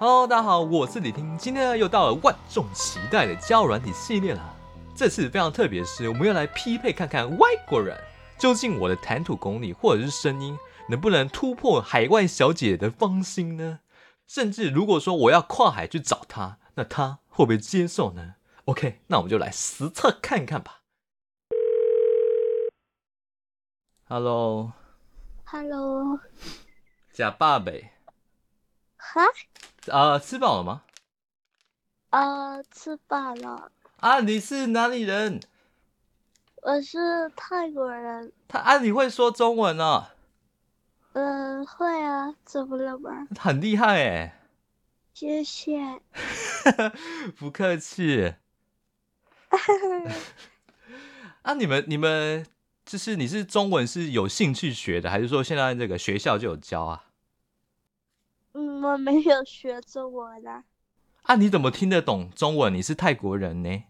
Hello，大家好，我是李听，今天呢又到了万众期待的交友软体系列了。这次非常特别的是，我们要来匹配看看外国人究竟我的谈吐功力或者是声音能不能突破海外小姐的芳心呢？甚至如果说我要跨海去找她，那她会不会接受呢？OK，那我们就来实测看看吧。Hello， Hello，假爸呗，哈，啊，吃饱了吗？呃，吃饱了。啊，你是哪里人？我是泰国人，他啊，你会说中文哦，嗯、会啊，怎么了吗？很厉害哎，谢谢。不客气。 啊，你们你们就是你是中文是有兴趣学的，还是说现在这个学校就有教啊？嗯，我没有学中文啊。啊，你怎么听得懂中文？你是泰国人呢？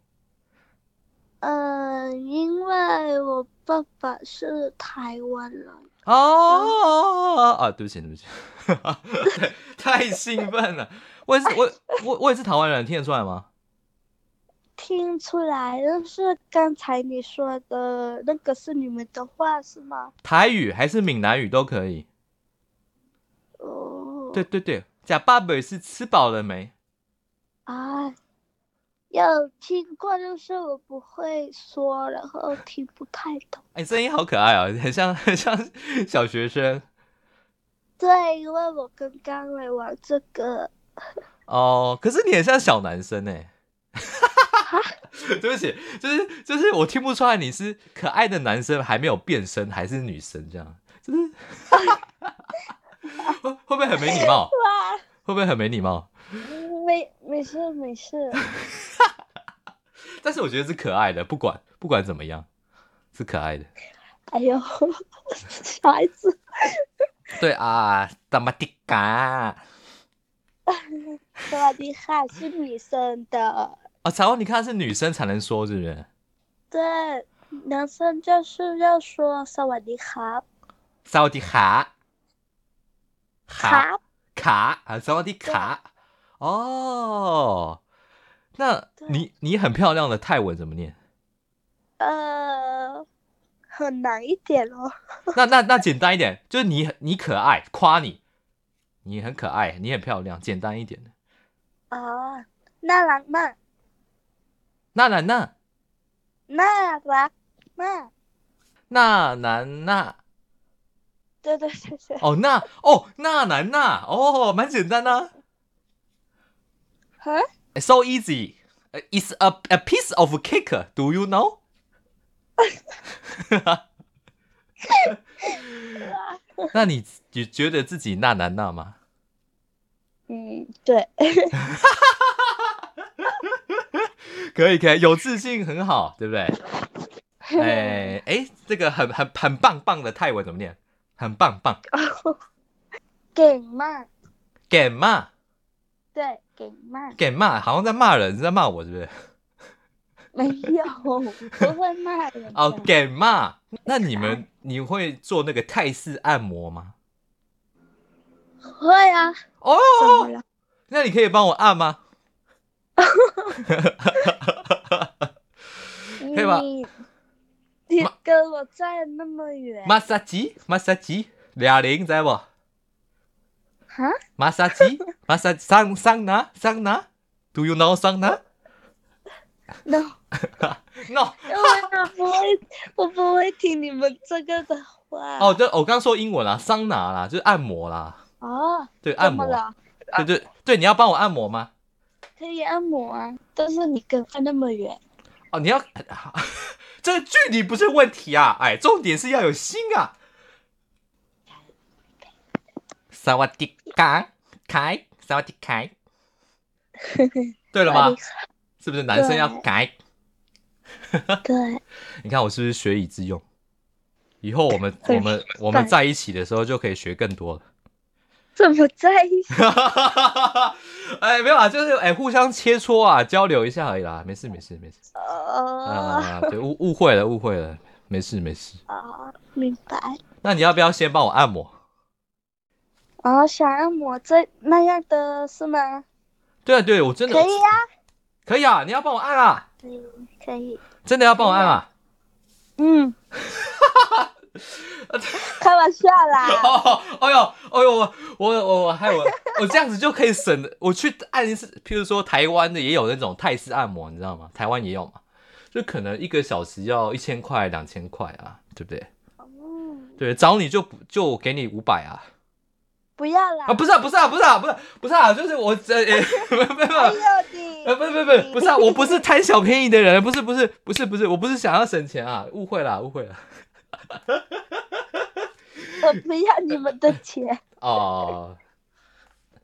嗯、因为我爸爸是台湾人。哦啊，对不起，对不起， 太兴奋了。我也是，我我我也是台湾人，听得出来吗？听出来，就是刚才你说的那个是你们的话是吗？台语还是闽南语都可以。哦，对对对，假爸爸是吃饱了没？啊，有听过，就是我不会说，然后听不太懂。哎、声音好可爱哦，很像 很像小学生对，因为我刚刚来玩这个，哦。可是你很像小男生哎。 对不起，就是就是我听不出来你是可爱的男生还没有变身还是女生这样，就是 会会不会很没礼貌？哇，会不会很没礼貌？没没事没事，但是我觉得是可爱的，不管不管怎么样，是可爱的。哎呦，小孩子，对啊，大马迪嘎斯瓦迪卡是女生的，啊，彩虹，你看是女生才能说，是不是？对，男生就是要说萨瓦迪卡，萨瓦迪卡，卡卡，卡啊，萨瓦迪卡。哦，那对你你很漂亮的泰文怎么念？呃，很难一点哦，那那那简单一点，就是你很你可爱，夸你，你很可爱，你很漂亮，简单一点的。啊，那浪漫，那那那那浪漫，那南那对对对对，哦那哦那南那哦，蛮简单的、啊、哈， ，so easy。It's a a piece of cake. Do you know? 那你你觉得自己那南那吗？嗯，对，可以可以，有自信很好，对不对？哎哎，这个很很很棒棒的泰文怎么念？很棒棒 给慢， ，get 骂对，给慢。 get 骂，好像在骂人，是在骂我是不是？ 没有，不会骂人的。哦，get 骂，那你们你会做那个泰式按摩吗？会啊，哦，怎么了？那你可以帮我按吗？你可以吧你妈跟我站那么远，马杀鸡，马杀鸡，俩零在不？哈？马杀鸡，马杀桑桑拿桑拿，Do you know 桑拿 no， ？No。因为我不会，我不会听你们这个的话。哦，对，我刚说英文啦，桑拿啦，就是按摩啦，哦，对，怎按么摩，了？啊对对对，你要帮我按摩吗？可以按摩啊，但是你跟站那么远，哦，你要， 这个距离不是问题啊，哎，重点是要有心啊。萨瓦迪卡凯，萨瓦迪 凯，对了吧？是不是男生要对改？对，你看我是不是学以致用？以后 我们我们我们在一起的时候就可以学更多了。 怎么在一起？哎，没有啊，就是哎，互相切磋啊，交流一下而已啦，没事没事没事。哦，啊，对，误误会了误会了，没事没事。哦，明白。那你要不要先帮我按摩？哦，想要抹这那样的是吗？对啊，对我真的可以啊，可以啊，你要帮我按啊，可以可以，真的要帮我按啊。 嗯，开玩笑啦， 哦，哎呦，哎呦，我我我我还有我我这样子就可以省，我去按一次，譬如说台湾的也有那种泰式按摩，你知道吗？台湾也有嘛，就可能一个小时要一千块、两千块啊，对不对？嗯，对，找你就不就给你五百啊不要啦啊，，不是啊，不是啊，不是啊，不是不是啊，就是我这、呃 没有没有没哎有呦。你，呃，不是不是不是不是啊，我不是贪小便宜的人，不是不是不是不是，我不是想要省钱啊，误会啦误会啦。我不要你们的钱，哦，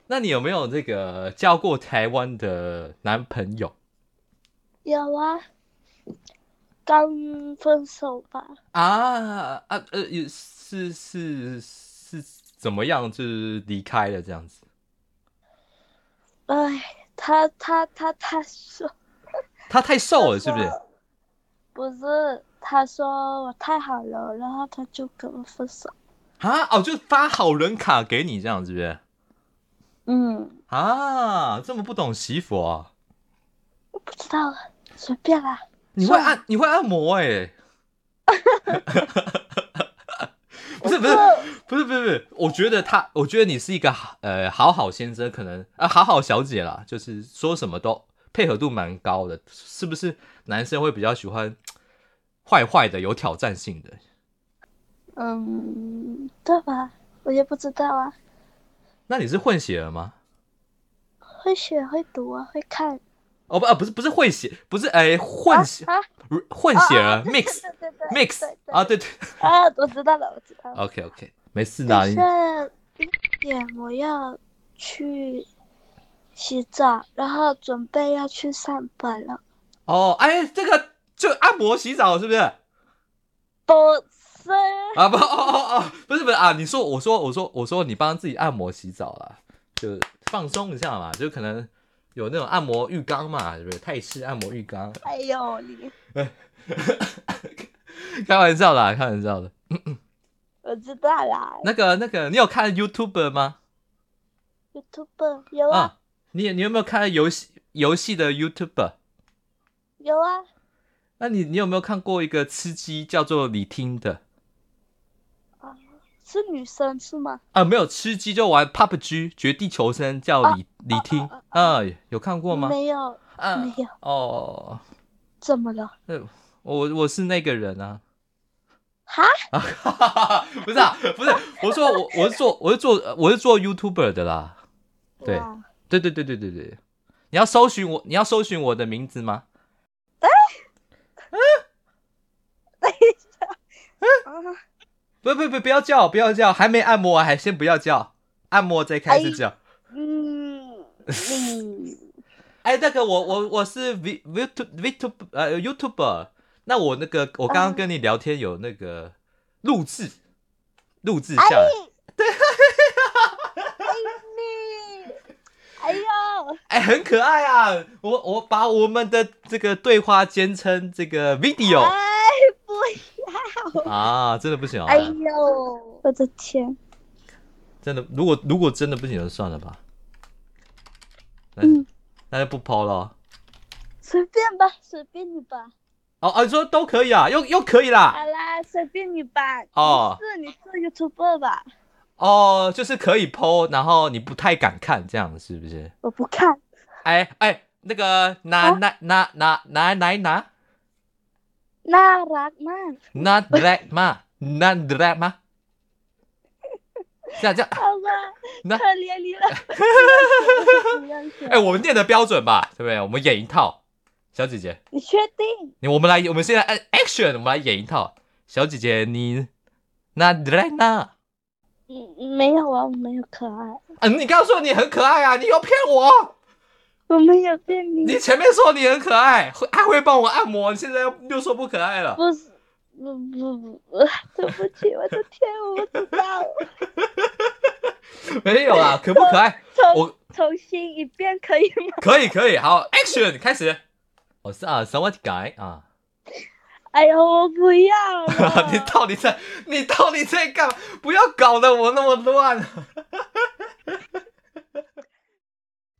那你有没有这个交过台湾的男朋友有啊，刚分手吧，啊？啊呃，也是是是怎么样？就是离开了这样子哎，他他他他说他太瘦了，是不是？不是，他说我太好了，然后他就跟我分手，啊，哦，就发好人卡给你这样，是不是？嗯，啊，这么不懂媳妇啊？我不知道，啊，随便啦，你会按你会按摩哎、 不是不是不是不是不是，我觉得他，我觉得你是一个好呃好好先生，可能啊好好小姐啦，就是说什么都配合度蛮高的，是不是？男生会比较喜欢坏坏的、有挑战性的。嗯，对吧？我也不知道啊，那你是混血儿吗？会写会读啊，会看哦不啊不是不是混血，不是哎、混血、啊，混血儿、啊 mix 对 对对 mix 对对啊对对啊，我知道了，我知道了。 ，OK OK 没事的啊，但你是一点我要去洗澡，然后准备要去上班了。哦哎这个就按摩洗澡是不是？不是， 啊不哦哦哦，不是不是啊！你说我说我说我说你帮自己按摩洗澡啦，就放松一下嘛，就可能有那种按摩浴缸嘛，对不对？泰式按摩浴缸， 哎呦你，开玩笑啦，开玩笑的。我知道啦。那个那个，你有看 YouTube 吗？ YouTube 有啊啊，你你有没有看游戏游戏的 YouTube？有啊，那你你有没有看过一个吃鸡叫做李听的是女生是吗？啊？没有吃鸡就玩 PUBG 绝地求生叫李李听啊？有看过吗？没有，啊没有，哦。怎么了？呃，我我是那个人啊，哈？啊， 不是啊，不是，我说我我是做我是做呃我是做 YouTuber 的啦，对哇对对对对对对，你要搜寻我，你要搜寻我的名字吗？啊，不不不，不要叫，不要叫，还没按摩完，还先不要叫，按摩再开始叫。嗯，嗯，哎，那个我我我是 V V t V t u b e 呃 YouTuber，那我那个我刚嗯刚跟你聊天有那个录制，录制下哎，来。 对，哎你，哎呦，哎，很可爱啊！我我把我们的这个对话简称这个 video 哎，不啊，真的不行啊哎，呦，我的天！真的，如果如果真的不行就算了吧，那嗯那就不抛了哦。随便吧，随便你吧。哦哦，你说都可以啊，又又可以啦好，啦，随便你吧。哦是你做 YouTuber 吧？哦，就是可以抛，然后你不太敢看，这样是不是？我不看。哎哎，那个拿拿拿拿拿拿拿那拉曼，拿 drag 嘛，拿 drag 嘛，这样这样，好吧，那可怜你 了。不要学哎，我们念的标准吧，对不对？我们演一套，小姐姐。你确定？你我们来，我们现在按哎 action，我们来演一套。小姐姐，你那来那？嗯，没有啊，我没有可爱，啊，你刚刚说你很可爱啊，你又骗我！我没有变你你。前面说你很可爱，会还会帮我按摩，你现在又又说不可爱了。 不是，不不不不，哎对不起，我的天，我不知道。没有啊，可不可爱？我重重新一遍可以吗？可以，可以，好，action 开始。我是啊，什么 guy 啊？哎呀，我不要 你了。到底在你到底在干嘛？不要搞得我那么乱。